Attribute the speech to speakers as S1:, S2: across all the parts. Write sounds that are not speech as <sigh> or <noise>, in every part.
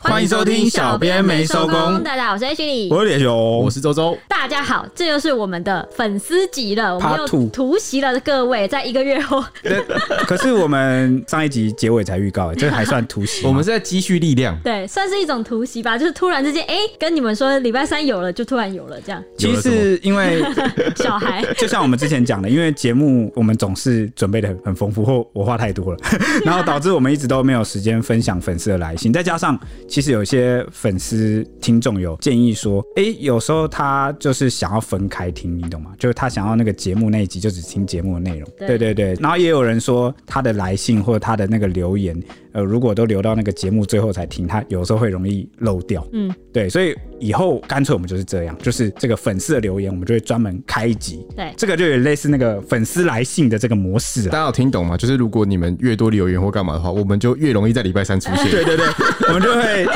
S1: 欢迎收听小编没收工
S2: 大家好，我是 H 李。
S1: 我是脸熊，
S3: 哦我是周周，
S2: 大家好，这就是我们的粉丝集了，我
S1: Part
S2: 们又
S1: two
S2: 突袭了各位，在一个月后，
S1: 可是我们上一集结尾才预告，这还算突袭吗。
S3: 我们是在积蓄力量。
S2: 对，算是一种突袭吧，就是突然之间，哎、跟你们说礼拜三有了，就突然有了这样，
S1: 其实是因为，
S2: 小孩。
S1: 就像我们之前讲的，因为节目我们总是准备的很很丰富，或我话太多了， <laughs> 然后导致我们一直都没有时间分享粉丝的来信。再加上，其实有一些粉丝听众有建议说，哎、有时候他就是想要分开听，你懂吗？就是他想要那个节目那一集就只听节目的内容。
S2: 对
S1: 对对对。然后也有人说他的来信或者他的那个留言，呃，如果都留到那个节目最后才听，他有时候会容易漏掉。
S2: 嗯，
S1: 对，所以以后干脆我们就是这样，就是这个粉丝的留言，我们就会专门开一集。 <laughs>
S2: 对
S1: 这个就有点类似那个粉丝来信的这个模式
S3: 大
S1: 啊。
S3: <laughs> 家有听懂吗？就是如果你们越多留言或干嘛的话，我们就越容易在礼拜三出 <laughs> 现。
S1: 对对对，我们就会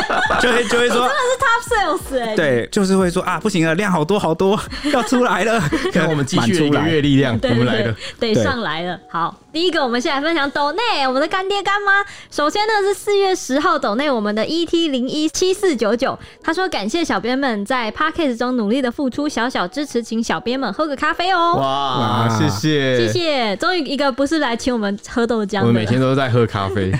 S1: 就会就会说，
S2: Top sales 哎、
S1: 对，就是会说啊，不行了，量好多好多，要出来了，
S3: 看我们积蓄了
S1: 满
S3: 一
S1: 出
S3: 个
S1: 来
S3: 月力量，我
S2: 对
S3: 们
S2: 对
S3: 来
S2: 对
S3: 了。，
S2: 得
S1: 对
S2: 上来了。好，第一个我们先来分享斗内，我们的干爹干妈。首先呢是四月十号斗内我们的 ET 零一七四九九，他说感谢小编们在 p a c k a g e 中努力的付出，小小支持，请小编们喝个咖啡哦。
S3: 哇，
S1: 哇
S3: 谢谢，
S2: 谢。谢，终于一个不是来请我们喝豆浆
S3: 我
S2: 的
S3: 们
S2: 了
S3: 每。天都在喝咖 <laughs> 啡，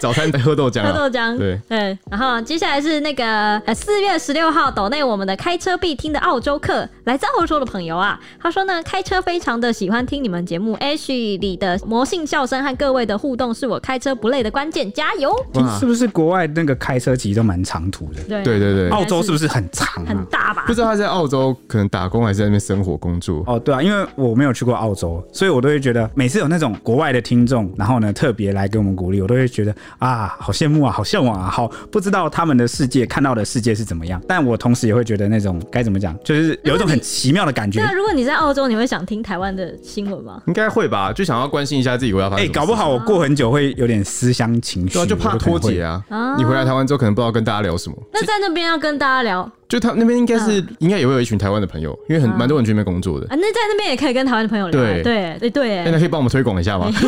S3: 早餐在喝豆浆
S2: 喝豆
S3: 啊。
S2: 浆，
S3: 对
S2: 对，然后接下来是那个呃四月十六号斗内我们的开车必听的澳洲客，来自澳洲的朋友啊，他说呢开车非常的喜欢听你们节目，H 里的魔性笑声和各位的互动是我开车不累的关键，加油！
S3: 哇
S1: 是，不是国外那个开车其实都蛮长途的？
S2: 对
S3: 对对对，
S1: 澳洲是不是很长
S2: 很
S1: 啊？
S2: 大吧
S3: 不？知道他在澳洲可能打工还是在那边生活工作。
S1: 哦，对啊，因为我没有去过澳洲，所以我都会觉得每次有那种国外的听众，然后呢特别来给我们鼓励，我都会觉得啊，好羡慕啊，好向往啊，好不知道他们的世界看到的世界是怎么样。但我同时也会觉得那种该怎么讲，就是有一种很奇妙的感觉
S2: 那。如果你在澳洲，你会想听台湾的新闻吗？
S3: 应该会吧，就想要关心一下自己国家发
S1: 哎、
S3: 生什么事。
S1: 搞不好我过很久会有点思乡情绪，
S3: 对啊，就怕
S1: 我可
S3: 脱
S1: 能会
S3: 节。啊
S2: 啊。
S3: 你回来台湾之后，可能不知道跟大家聊什么。
S2: 那在那边要跟大家聊啊，
S3: 就他那边应该是应该也会有一群台湾的朋友，因为很蛮多人去那边工作的。
S2: 那在那边也可以跟台湾的朋友聊啊，
S3: 对
S2: 对，对，对，
S3: 哎，那可以帮我们推广一下吗？
S1: <laughs>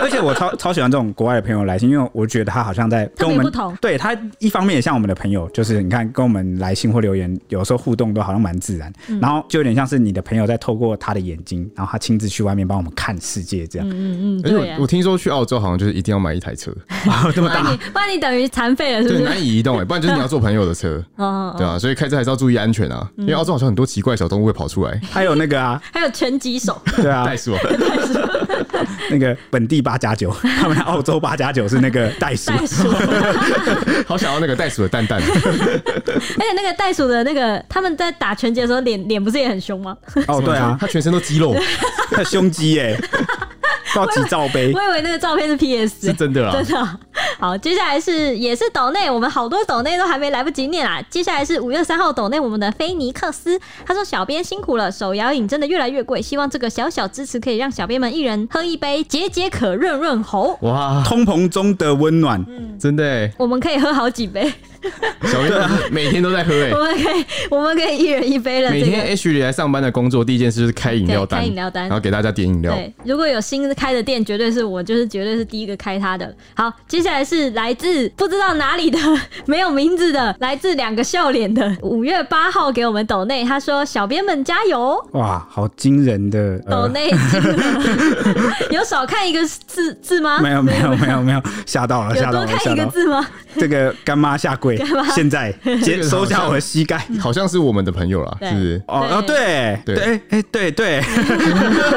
S1: 而且我超超喜欢这种国外的朋友来信，因为我觉得他好像在
S2: 特
S1: 跟我们
S2: 别不同
S1: 对他一方面也像我们的朋友，就是你看跟我们来信或留言，有时候互动都好像蛮自然，
S2: 嗯
S1: 然后就有点像是你的朋友在透过他的眼睛，然后他亲自去外面帮我们看世界这样。
S2: 嗯嗯嗯，
S3: 而
S2: <laughs>
S3: 且
S2: 对啊
S3: 哎我我，听说去澳洲好像就是一定要买一
S2: <laughs>
S3: 台车，
S2: 不然你不然你等于残废了，是不是？
S3: 对，难以移动哎、不然就是你要坐朋友的车，
S2: 哦哦，嗯哦
S3: 对啊，所以开车还是要注意安全啊，因为澳洲好像很多奇怪小动物会跑出
S2: <laughs>
S3: 来，
S1: <laughs> 还有那个啊，
S2: 还有拳击
S3: <laughs>
S2: 手，
S1: 对啊
S3: 袋，鼠啊，
S1: 那个本地八加九，他们澳洲八加九是
S2: <laughs>
S1: 那个袋鼠，
S2: 袋鼠，
S3: 好想要那个袋鼠的蛋
S2: <laughs>
S3: 啊蛋，
S2: 而且那个袋鼠的那个，他们在打拳击的时候，脸脸不是也很凶吗？
S1: 哦对啊，
S3: 它全身都
S2: <laughs>
S3: 肌肉，
S1: 他胸肌耶、到几罩杯
S2: 我以为那个照片是 PS，
S3: 是真的啊啦
S2: 真。的。啊好，接下来是也是斗内，我们好多斗内都还没来不及念啊。接下来是五月三号斗内，我们的菲尼克斯，他说：“小编辛苦了，手摇饮真的越来越贵，希望这个小小支持可以让小编们一人喝一杯，解解渴，润润喉。
S3: 哇，
S1: 通膨中的温暖，
S3: 真的哎、
S2: 我们可以喝好几杯，
S3: 小云
S2: 啊
S3: 每天都在喝
S2: <laughs>
S3: 哎、
S2: 我们可以，我们可以一人一杯了。
S3: 每
S2: 这
S3: 天
S2: 个
S3: H 里来上班的工作，第一件事就是开饮料单，
S2: 对开饮料单
S3: 然后给大家点饮料。
S2: 对，如果有新开的店，绝对是我，就是绝对是第一个开它的。好，接下来是来自不知道哪里的没有名字的，来自两个笑脸的五月八号给我们抖内，他说：“小编们加油
S1: 哇，好惊人的！”呃
S2: 抖内 <laughs> 金额有少看一个字字吗？
S1: 没有没有没有没有，吓到了
S2: 有
S1: 吓到
S2: 多
S1: 了吓
S2: 看一个
S1: 到了。
S2: 字吗？
S1: 这个干妈下跪，现在接
S3: 这个
S1: 收
S3: 好
S1: 下
S3: 像
S1: 我的膝盖。
S3: 好像是我们的朋友啦，
S2: 对啊
S3: 是不是？
S1: 哦哦，对
S3: 对
S1: 对，哎哎对对， <laughs>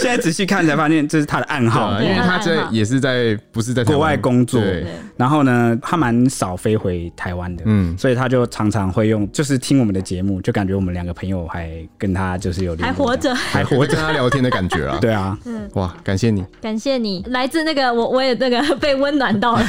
S1: 现在仔细看才发现这是他的暗
S3: 对
S1: 号
S3: 啊，。因为
S2: 对
S3: 他
S2: 还
S3: 在
S2: 好
S3: 也是在不是在台湾
S1: 国外工作
S3: 对
S2: 对
S1: 然后呢，他蛮少飞回台湾的，嗯，
S3: 嗯
S1: 所以他就常常会用，就是听我们的节目，就感觉我们两个朋友还跟他就是有联
S2: 还
S1: 络
S2: 活
S1: 这
S2: 着
S1: 样，还活
S3: 跟
S1: 着。
S3: 他聊天的感觉啊。
S1: 对啊，
S3: 哇，感谢你，
S2: 感谢你，来自那个我我也那个被温暖到了，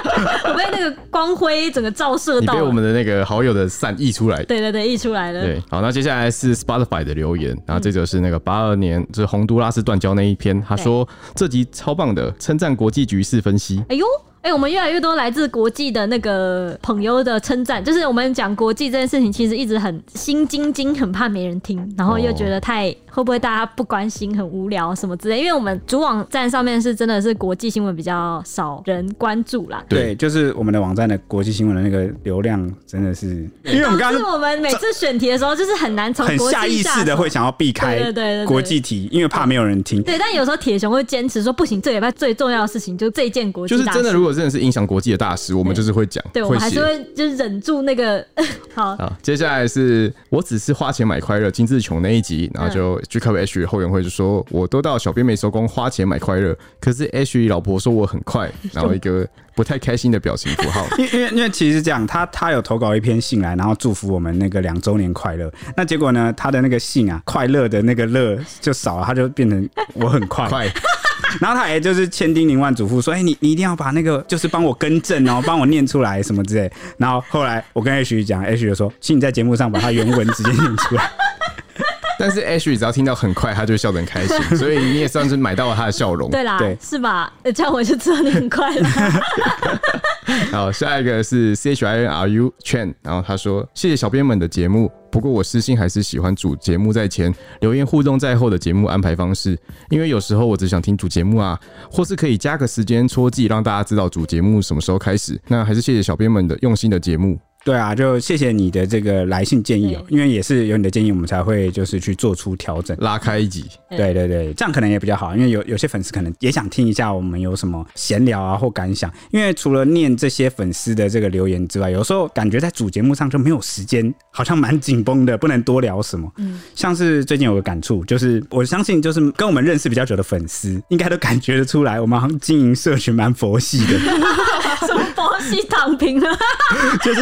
S2: <laughs> 我被那个光辉整个照射
S3: 你
S2: 到
S3: 被我
S2: 了。
S3: 们的那个好友的善意出来。
S2: 对对对，溢出来了。
S3: 对，好，那接下来是 Spotify 的留言，然后这则是那个八二年，就是洪都拉斯断交那一篇，他说这集超棒的，称赞国际局势分析。
S2: 哎呦，哎、哎、我们越来越多来自国际的那个朋友的称赞，就是我们讲国际这件事情，其实一直很心惊惊，很怕没人听，然后又觉得太、会不会大家不关心，很无聊什么之类。因为我们主网站上面是真的是国际新闻比较少人关注啦。
S1: 对，就是我们的网站的国际新闻的那个流量真的是，因为我们
S2: 导
S1: 刚
S2: 致
S1: 刚
S2: 我们每次选题的时候，就是很难从
S1: 很
S2: 国
S1: 下
S2: 际
S1: 意识的
S2: 手
S1: 会想要
S2: 对
S1: 避开
S2: 对对对
S1: 国际题，因为怕没有人听。，
S2: 对，但有时候铁熊会坚持说不行，这礼拜最重要的事情就这一件国际
S3: 就是
S2: 大
S3: 真的，
S2: 事
S3: 如果真的是影响国际的大事，我们就是会讲，
S2: 对，我
S3: 会
S2: 们还是
S3: 写。
S2: 会就是忍住那个 <laughs> 好。
S3: 啊，接下来是我只是花钱买快乐，金志琼那一集，
S2: 嗯
S3: 然后就 G Cup H 后援会就说，我都到小编没收工花钱买快乐，可是 H 老婆说我很
S2: <laughs>
S3: 快，然后一个不太开心的表情符号
S1: 因为因为因为其实是这样，他他有投稿一篇信来，然后祝福我们那个两周年快乐。那结果呢，他的那个信啊，快乐的那个乐就少了，他就变成 <laughs> 我很快。
S3: 快
S1: 然后他也就是千叮咛万嘱咐说：“哎、你你一定要把那个就是帮我更正哦，帮我念出来什么之类。”然后后来我跟 H 讲，H 就说：“请你在节目上把它原文直接念出来。
S3: 但是 H 只要听到很快，他就会笑得很开心，所以你也算是买到了他的笑容。
S2: 对啦，
S1: 对
S2: 是吧？呃这样我就知道你很快
S3: <laughs>
S2: 乐。
S3: 好，下一个是 C H I N R U Chen，然后他说谢谢小编们的节目，不过我私心还是喜欢主节目在前、留言互动在后的节目安排方式，因为有时候我只想听主节目啊，或是可以加个时间戳记，让大家知道主节目什么时候开始。那还是谢谢小编们的用心的节目，”
S1: 对啊，就谢谢你的这个来信建议哦，因为也是有你的建议，我们才会就是去做出调整。
S3: 拉开一集。
S1: 对对对，这样可能也比较好，因为有有些粉丝可能也想听一下我们有什么闲聊啊或感想，因为除了念这些粉丝的这个留言之外，有时候感觉在主节目上就没有时间，好像蛮紧绷的，不能多聊什么。嗯，像是最近有个感触，就是我相信就是跟我们认识比较久的粉丝，应该都感觉得出来，我们好像经营社群蛮佛系的。
S2: 什么佛系躺平了？
S3: 也、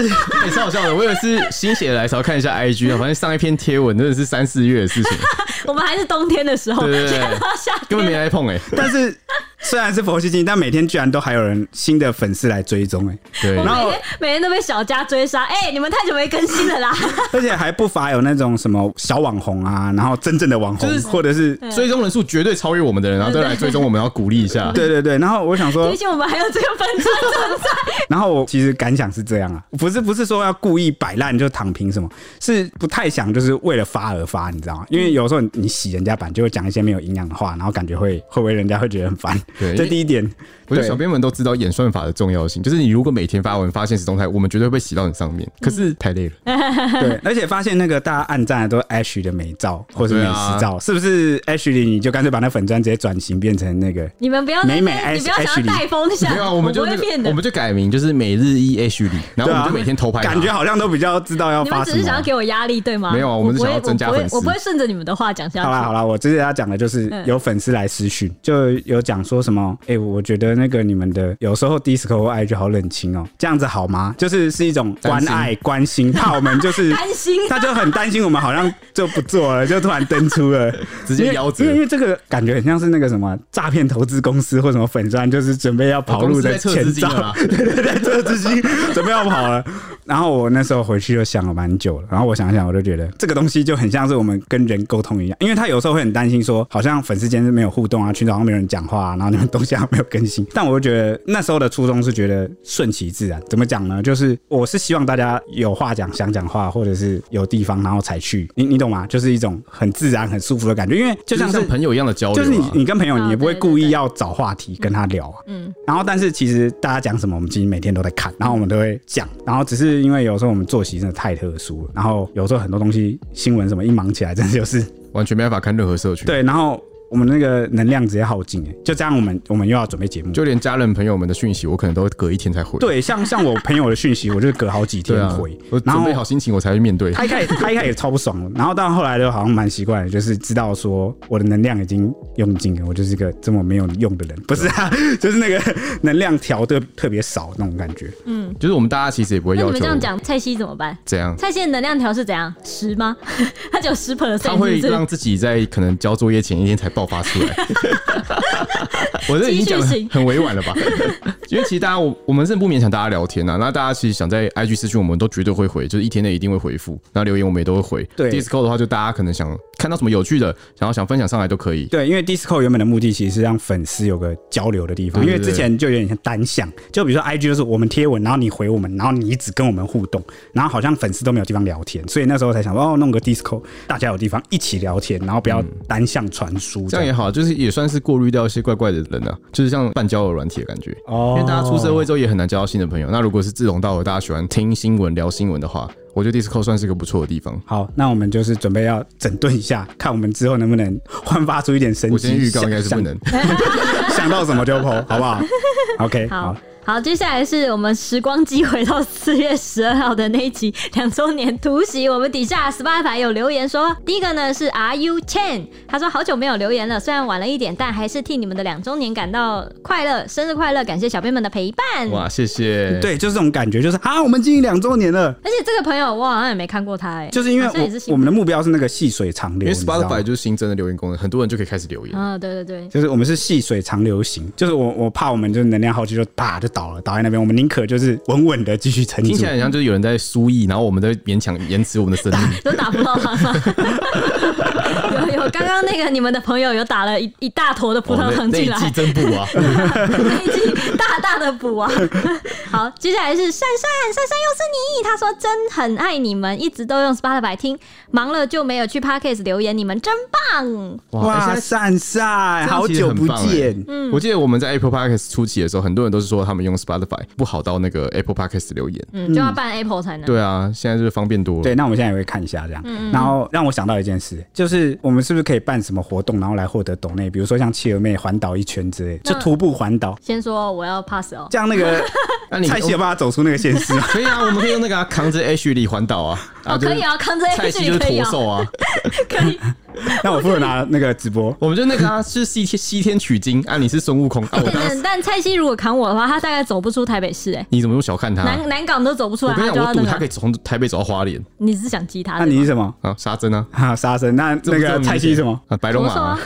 S3: 超好哎笑的，我也是心血来潮看一下 I G 啊，反正上一篇贴文真的是三四月的事情，
S2: <laughs> 我们还是冬天的时候，
S3: 对对对
S2: 现在都要夏
S3: 根本没
S2: 天。
S3: 来碰哎、
S1: 但是虽然是佛系经营，但每天居然都还有人新的粉丝来追踪、欸，
S3: <laughs> 对，
S2: 我
S1: 然
S2: 每
S1: 后
S2: 天每天都被小佳追杀，哎、你们太久没更新了啦！
S3: <laughs>
S1: 而且还不乏有那种什么小网红啊，然后真正的网红，
S3: 就是嗯
S1: 或者是
S2: 嗯
S3: 追踪人数绝对超越我们的人，然后都来追踪我们，然后鼓励一下。
S2: 嗯
S1: 对对对，然后我想
S3: 嗯
S1: 说
S2: 提，醒我们还有这个分寸存
S3: <laughs>
S2: 在。
S1: 然后我其实感想是这样啊，不是不是说要故意摆烂就躺平什么，是不太想就是为了发而发，你知道吗？因为有时候你你洗人家版就会讲一些没有营养的话，然后感觉会会不会人家会觉得很烦，
S3: 对
S1: 这第一点。
S3: 我觉得
S1: 对
S3: 小编们都知道演算法的重要性，就是你如果每天发文发现实动态，我们绝对会被洗到你上
S2: 嗯
S3: 面。可是太
S2: <laughs>
S3: 累了，
S1: <laughs> 对，而且发现那个大家暗赞的都是 Ash 的美照或是美
S3: 对啊
S1: 食照，是不是 Ash 里你就干脆把那粉砖直接转型变成那个
S2: 你们不要
S1: 美美
S2: 在那边你不要
S1: Ashley
S2: 想要带风向，
S3: 没有啊，我们就
S2: 不
S3: 那
S2: 会
S3: 个
S2: 变的
S3: 我。们就改名，就是每日一 H 里，然后我们
S1: 对啊
S3: 就每天偷拍它，
S1: 感觉好像都比较知道要
S2: 你们
S1: 发
S2: 只
S1: 什
S2: 是
S1: 么
S2: 想
S1: 啊
S2: 要。给我压力，对吗？
S3: 没有啊我们是
S2: 不会
S3: 想要增加粉丝
S2: 我不会，我不会顺着你们的话讲下去。
S1: 好啦好啦，我之前要讲的就是
S2: 嗯
S1: 有粉丝来私讯，就有讲说什么，哎、我觉得那个你们的有时候 Disco 或 IG 好冷清哦，这样子好吗？就是是一种关
S3: 担
S1: 爱关心，怕我们就是。
S2: <laughs> 担
S3: <laughs>
S2: 心
S1: 他就很担心我们好像就不做了，就突然登出了，
S3: 直接夭折
S1: 因为因为这个感觉很像是那个什么诈骗投资公司或什么粉砖，就是准备要跑路的
S3: 哦公司在撤
S1: 前
S3: 资金
S1: 兆
S3: 了啦，
S1: 对对对，这个资金准备要跑了。然后我那时候回去就想了蛮久了，然后我想一想，我就觉得这个东西就很像是我们跟人沟通一样，因为他有时候会很担心说，好像粉丝间是没有互动啊，群组好像没有人讲话、啊，然后你们东西好像没有更新。但我啊就觉得那时候的初衷是觉得顺其自然，怎么讲呢？就是我是希望大家有话讲，想讲话，或者是有地方然后才去，你你懂吗？就是一种很自然、很舒服的感觉，因为就
S3: 就
S1: 像
S3: 像
S1: 是
S3: 像朋友一样的交
S1: 就是
S3: 流
S1: 你
S3: 啊。
S1: 你跟朋友，
S2: 啊
S1: 你也不会
S2: 对对
S1: 故
S2: 对
S1: 意要找话题跟他聊啊。嗯。然后，但是其实大家讲什么，我们其实每天都在看，然后我们都会讲，然后只是因为有时候我们作息真的太特殊了，然后有时候很多东西新闻什么一忙起来，真的
S3: <laughs>
S1: 就是
S3: 完全没办法看任何社群，，
S1: 对，然后我们那个能量直接耗尽，哎，就这样，我们我们又要准备节目。
S3: 就连家人朋友们的讯息，我可能都隔一天才回。
S1: 对，像像我朋友的讯息，我就是隔好几
S3: 对
S1: 天
S3: 啊
S1: 回，，
S3: 我
S1: 然
S3: 准
S1: 后
S3: 备好心情我才会面对。
S1: 他一开始他一开始超不爽的，然后到后来就好像蛮习惯了，就是知道说我的能量已经用尽了，我就是一个这么没有用的人，不是啊， <laughs> 就是那个能量调的特别少那种感觉。
S3: 就是我们大家其实也不会
S2: 那
S3: 要
S2: 你们
S3: 求
S2: 这样讲，蔡西怎么办？
S3: 怎样，
S2: 蔡西的能量条是怎样？十吗？ <laughs> 他只有十 percent，
S3: 他会让自己在可能交作业前一天才爆发出
S1: <laughs>
S3: 来。我这已经讲
S2: 继续
S3: 的
S2: 行
S3: 很委婉了吧？ <laughs> 因为其实大家我我们是不勉强大家聊天呐、啊那大家其实想在 IG 私讯，我们都绝对会回，就是一天内一定会回复。那留言我们也都会回。
S1: 对
S3: Discord 的话，就大家可能想看到什么有趣的，然后想分享上来都可以。
S1: 对，因为 Discord 原本的目的其实是让粉丝有个交流的地方，
S3: 对
S1: 因
S3: 对
S1: 为之前就有点像单向，就比如说 IG 就是我们贴文，然后你回我们，然后你一直跟我们互动，然后好像粉丝都没有地方聊天，所以那时候才想说哦，弄个 Discord，大家有地方一起聊天，然后不要单向传输
S3: 嗯这样也好，就是也算是过滤掉一些怪怪的人啊，就是像半交友软体的感觉。
S1: 哦
S3: 因为大家出社会之后也很难交到新的朋友。那如果是志同道合，大家喜欢听新闻、聊新闻的话，我觉得 Discord 算是个不错的地方。
S1: 好，那我们就是准备要整顿一下，看我们之后能不能焕发出一点生机。
S3: 我今天预告应该是不能，
S1: 想 <laughs> 想到什么就 PO，好不好？OK，
S2: 好。好，接下来是我们时光机回到四月十二号的那一集两周年突袭。我们底下 Spotify 有留言说，第一个呢是 R U Chen，他说好久没有留言了，虽然晚了一点，但还是替你们的两周年感到快乐，生日快乐！感谢小编们的陪伴。
S3: 哇，谢谢。，
S1: 对，就是这种感觉，就是啊，我们经营两周年了，
S2: 而且这个朋友我好像也没看过他、哎，
S1: 就是因为
S2: 好像也是
S1: 我
S2: 新
S1: 我们的目标是那个细水长
S3: 因
S1: 流，
S3: 为
S1: 你知道吗
S3: Spotify 就是新增的留言功能，很多人就可以开始留言。
S2: 啊、对对对，
S1: 就是我们是细水长流型，就是我我怕我们就是能量耗尽就啪就倒了，倒在那边，我们宁可就是稳稳的继续撑
S3: 听
S1: 住
S3: 起来。很像就是有人在输意，然后我们在勉强延迟我们的生
S2: <laughs>
S3: 命。
S2: 都打不到他吗？有有，刚刚那个你们的朋友有打了一一大坨的葡萄
S3: 哦
S2: 糖
S3: 那那
S2: 进
S3: 一
S2: 来，
S3: 季真不啊！
S2: 那一季大大的补
S3: <laughs>
S2: 啊。好，接下来是珊珊，珊珊又是你，她说真很爱你们，一直都用 Spotify 听，忙了就没有去 Podcast 留言，你们真棒。嗯
S3: 哇，
S1: 哇，
S3: 哎现在
S1: 善善， <laughs> 好久不见，
S3: 嗯，我记得我们在 Apple Podcast 初期的时候，很多人都是说他们用 Spotify 不好到那个 Apple Podcast 留言。
S2: 嗯，就要办 Apple 才能。
S3: 对啊，现在就是方便多了。
S1: 对，那我们现在也会看一下这样。
S2: 嗯
S1: 然后让我想到一件事，就是我们是不是可以办什么活动，然后来获得抖内，比如说像企鹅妹环岛一圈之类，就徒步环岛，
S2: 先说我要 pass <laughs> 哦，
S1: 这样那个
S3: <laughs> 那你
S1: 蔡西有办法走出那个现
S3: <laughs>
S1: 实吗？
S3: 可以啊，我们可以用那个、啊、扛着 H 里环岛啊，
S2: 哦
S3: 就是
S2: 可以啊，扛着 A
S3: 蔡西
S2: 去
S3: 就是
S2: 可以
S3: 驼
S2: 啊，
S3: 兽啊，
S2: 可以。
S1: 那我不如拿那个
S2: <laughs>
S1: 直播。
S3: 我们就那个啊，是西天西天取经啊，你是孙悟空啊，我
S2: 等
S3: 当
S2: 等， <laughs> 但蔡西如果扛我的话，他大概走不出台北市、哎、
S3: 你怎么又小看他、
S2: 南南港都走不出
S3: 啊我
S2: 来，他
S3: 跟你
S2: 就
S3: 讲，
S2: 要那
S3: 我赌他可
S2: 个。
S3: 以从台北走到花莲
S2: 你是想激他？
S1: 那你是什么？
S3: 啊，沙珍啊，
S1: 啊，杀生？那
S3: 这不
S1: 那
S3: 是我
S1: 个
S3: 们
S1: 蔡西是什
S3: <laughs>
S1: 么？
S3: 啊，白龙马、
S2: 驼
S3: 啊，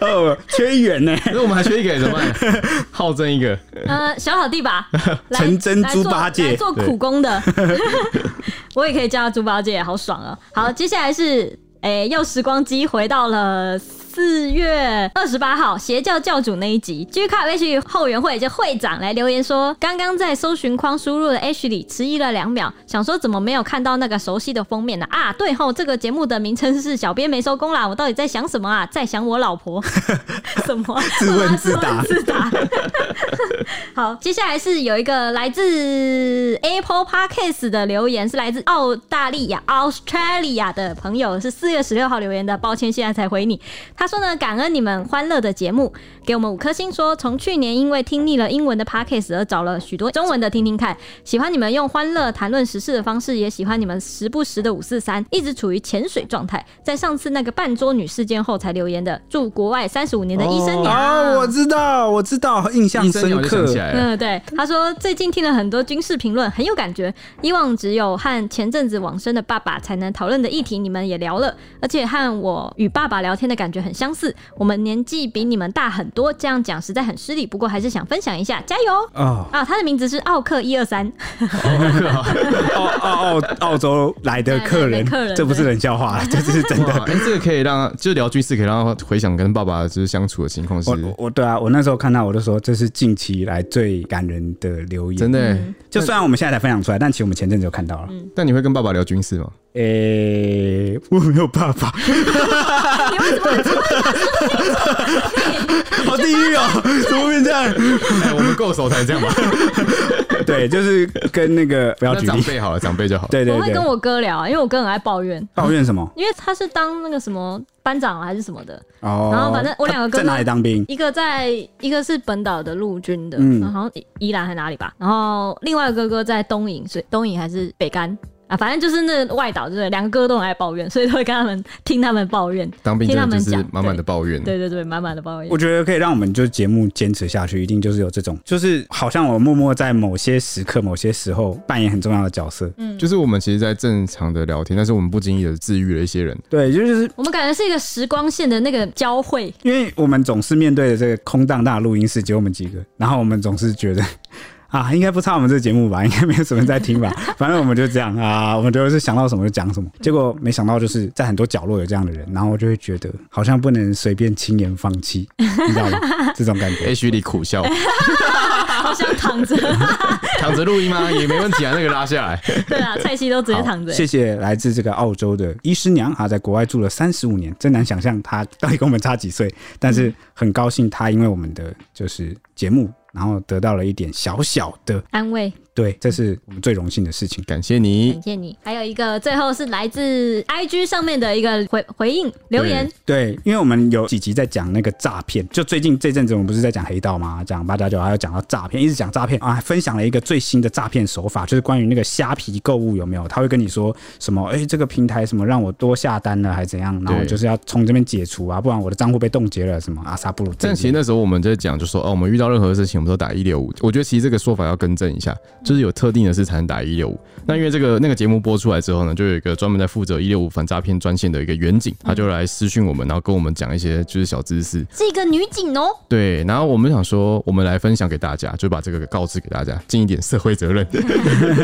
S1: 哦，缺员呢。
S3: 那我们还缺一个怎么办？ <laughs> 浩真一个，
S2: 呃，小老弟
S1: <laughs>
S2: 吧，来
S1: 陈真
S2: 来做
S1: 猪八戒
S2: 来做苦工的， <laughs> 我也可以叫他猪八戒，好爽啊！好，接下来是，诶，又时光机回到了。四月二十八号，邪教教主那一集，G 卡 H 后援会就会长来留言说，刚刚在搜寻框输入了 H 里，迟疑了两秒，想说怎么没有看到那个熟悉的封面呢？啊，对吼，这个节目的名称是“小编没收工啦”，我到底在想什么啊？在想我老
S1: <laughs>
S2: 婆？什么？啊
S1: 自问自答
S2: <laughs> 自答。 <laughs> 好，接下来是有一个来自 Apple Podcast 的留言，是来自澳大利亚 Australia 的朋友，是四月十六号留言的，抱歉现在才回你。他说呢，感恩你们欢乐的节目，给我们五颗星说从去年因为听腻了英文的 Podcast 而找了许多中文的听听看，喜欢你们用欢乐谈论时事的方式，也喜欢你们时不时的五四三，一直处于潜水状态。在上次那个半桌女事件后才留言的，祝国外三十五年的医生娘。啊
S1: 哦，我知道，我知道，印象
S3: 医生
S1: 深
S3: 鸟就想
S1: 刻
S3: 起。来了。
S2: 嗯，对，他说最近听了很多军事评论，很有感觉。以往只有和前阵子往生的爸爸才能讨论的议题，你们也聊了，而且和我与爸爸聊天的感觉很相似。我们年纪比你们大很多，这样讲实在很失礼，不过还是想分享一下，加油！
S1: 哦
S2: 啊，他的名字是奥克一二三，
S1: 澳澳澳哦澳洲来的客
S2: 来
S1: 人
S2: 的客人，
S1: 这不是冷笑话，这是真
S3: <laughs>
S1: 的。
S3: 哇，哎、这个可以让，就是聊军事，可以让他回想跟爸爸就是相处的情况是
S1: 我我对啊，我那时候看到我就说，这是近期以来最感人的留言。
S3: 真的、欸。
S1: 就虽然我们现在才分享出来，但其实我们前阵子就看到了。
S2: 嗯
S3: 但你会跟爸爸聊军事吗？
S1: 诶、我没有办法，
S2: 你为什么会
S1: <laughs> 好地狱哦，怎么变这样？
S3: <laughs> 哎、我们够熟才这样吧？
S1: 对，就是跟那个不要
S3: <laughs> 那
S1: 举
S3: 长
S1: 例，
S3: 辈好了，长辈就好。，
S1: 对对
S2: 我会
S1: 对
S2: 跟，我哥聊啊，因为我哥很爱抱怨，
S1: 抱怨什么？
S2: 因为他是当那个什么班长啊还是什么的，
S1: 哦，
S2: 然后反正我两个哥
S1: 在哪里当兵？
S2: 一个在一个是本岛的陆军的，
S1: 嗯
S2: 然后宜宜兰还哪里吧，然后另外一个哥哥在东营，所以东营还是北干啊，反正就是那外岛，就是两个哥哥都很爱抱怨，所以都会跟他们听他们抱怨，
S3: 当兵
S2: 听
S3: 真
S2: 他
S3: 的
S2: 们
S3: 就是
S2: 讲，
S3: 满满的抱怨。
S2: 对对对，满满的抱
S1: 我
S2: 怨。
S1: 觉得可以让我们就是节目坚持下去，一定就是有这种，就是好像我默默在某些时刻、某些时候扮演很重要的角色。
S3: 就是我们其实，在正常的聊天，但是我们不经意的治愈了一些人。
S1: 对，就是
S2: 我们感觉是一个时光线的那个交汇，
S1: <laughs> 因为我们总是面对着这个空荡荡的录音室，只有我们几个，然后我们总是觉得。啊，应该不差我们这个节目吧？应该没有什么人在听吧？反正我们就这样啊，我们就是想到什么就讲什么。结果没想到就是在很多角落有这样的人，然后我就会觉得好像不能随便轻言放弃，你知道吗？这种感觉。
S3: H 里苦笑，
S2: 好想躺
S1: <laughs>
S2: 着。
S3: 躺着录音吗？也没问题啊，那个拉下来。
S2: 对啊，蔡西都 <laughs> 直接躺着
S1: 好。谢谢来自这个澳洲的医师娘啊，在国外住了三十五年，真难想象她到底跟我们差几岁，但是很高兴她因为我们的就是节目，然后得到了一点小小的，
S2: 安慰，
S1: 对，
S3: 嗯
S1: 这是我们最荣幸的事情。
S3: 感谢你
S2: 感，谢你。还有一个，最后是来自 IG 上面的一个回回应留言，
S1: 对，因为我们有几集在讲那个诈骗，就最近这阵子我们不是在讲黑道吗？讲八加九，还有讲到诈骗，一直讲诈骗啊，还分享了一个最新的诈骗手法，就是关于那个虾皮购物有没有？他会跟你说什么？哎、这个平台什么让我多下单了，还怎样？然后
S3: 对
S1: 就是要从这边解除啊，不然我的账户被冻结了，什么阿萨布鲁这
S3: 但其实
S1: 些。
S3: 那时候我们在讲，就说哦，我们遇到任何事情，我们都打一六五。我觉得其实这个说法要更正一下，就是有特定的事才能打一六五。那因为这个那个节目播出来之后呢，就有一个专门在负责一六五反诈骗专线的一个远景，他就来私讯我们，然后跟我们讲一些就是小知识。
S2: 是一个女警哦、
S3: 对，然后我们想说，我们来分享给大家，就把这个告知给大家，尽一点社会责任。 <laughs>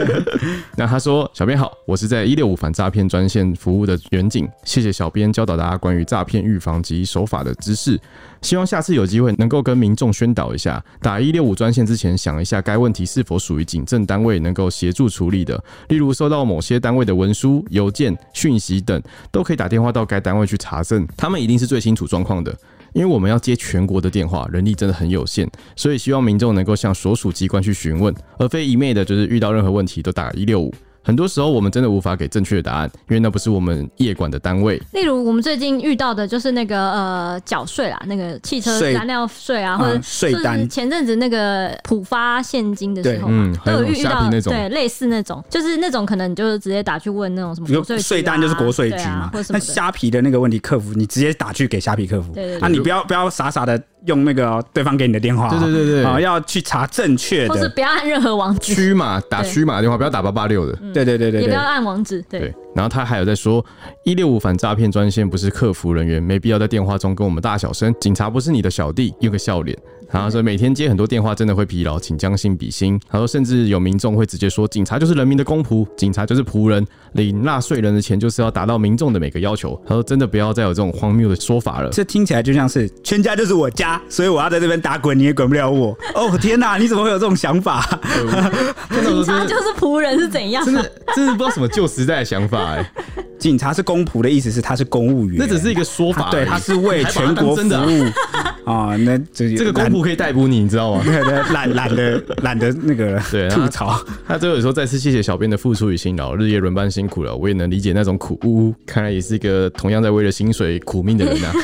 S3: 那他说：“小编好，我是在一六五反诈骗专线服务的远景，谢谢小编教导大家关于诈骗预防及手法的知识，希望下次有机会能够跟民众宣导一下，打一六五专线之前想一下该问题是否属于警政单位能够协助处理的，例如收到某些单位的文书、邮件、讯息等，都可以打电话到该单位去查证，他们一定是最清楚状况的。”因为我们要接全国的电话，人力真的很有限，所以希望民众能够向所属机关去询问，而非一昧的就是遇到任何问题都打一六五。很多时候我们真的无法给正确的答案，因为那不是我们业管的单位。
S2: 例如我们最近遇到的就是那个呃缴税啦，那个汽车
S1: 税
S2: 燃料税啊，
S1: 嗯
S2: 或者
S1: 税
S2: 就是
S1: 单
S2: 前阵子那个普发现金的时候嘛都
S3: 对嗯，
S2: 有
S3: 还有
S2: 遇遇
S3: 虾
S2: 到
S3: 皮那种
S2: 对类似那种，就是那种可能你就是直接打去问那种什么
S1: 就
S2: 国税局啊
S1: 税单就是国税局
S2: 对
S1: 嘛
S2: 啊，或者什么
S1: 那
S2: 的。
S1: 虾皮的那个问题客服，你直接打去给虾皮客服
S2: 对对对
S1: 啊，你不要不要傻傻的用那个对方给你的电话哦，
S3: 对对对对
S1: 啊，要去查正确
S2: 或是
S1: 的，
S2: 不要按任何网址，
S3: 区码打区码的电话，不要打八八六的。
S1: 对对 <laughs> 对对
S2: 也不
S1: 对
S2: 要，按网址，对
S3: 对，然后他还有在说，一六五反诈骗专线不是客服人员，没必要在电话中跟我们大小声。警察不是你的小弟，用个笑脸。然后他说每天接很多电话真的会疲劳，请将心比心。他说甚至有民众会直接说，警察就是人民的公仆，警察就是仆人，领纳税人的钱就是要达到民众的每个要求。他说真的不要再有这种荒谬的说法了。
S1: 这听起来就像是全家就是我家，所以我要在这边打滚，你也滚不了
S3: <laughs>
S1: 我。哦天哪，你怎么会有这种想法？
S2: 警察就是仆人是怎样？
S3: 真的，真的不知道什么旧时代的想法哎、
S1: <laughs> 警察是公仆的意思是他是公务员，
S3: 那只是一个说法
S1: 啊
S3: 而已、
S1: 对，他是为全国服
S3: <laughs> 还把它当真的啊
S1: 务啊。那这
S3: 这个公
S1: 懒
S3: 仆可以逮捕你，你知道吗？
S1: 对对懒 <laughs> 懒得懒得那个了
S3: 对
S1: 吐槽，
S3: 他最后也说：“再次谢谢小编的付出与辛劳，日夜轮班辛苦了，我也能理解那种苦。呜，看来也是一个同样在为了薪水苦命的人啊呐、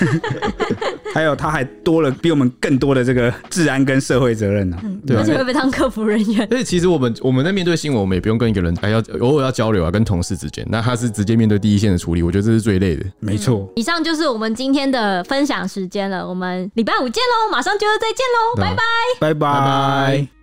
S1: 还有他还多了比我们更多的这个治安跟社会责任呢、
S3: 对
S2: 而
S3: 啊
S2: 且会被当客服人员，
S3: 而且其实我们我们在面对新闻，我们也不用跟一个人，哎，要偶尔要交流啊，跟同事之间。那他是直接面对第一线的处理，我觉得这是最累的。
S1: 没错，
S2: 以上就是我们今天的
S1: 啊
S2: 分享时间了，我们礼拜五见喽，马上就要再见喽，拜拜。
S1: 拜拜
S3: 拜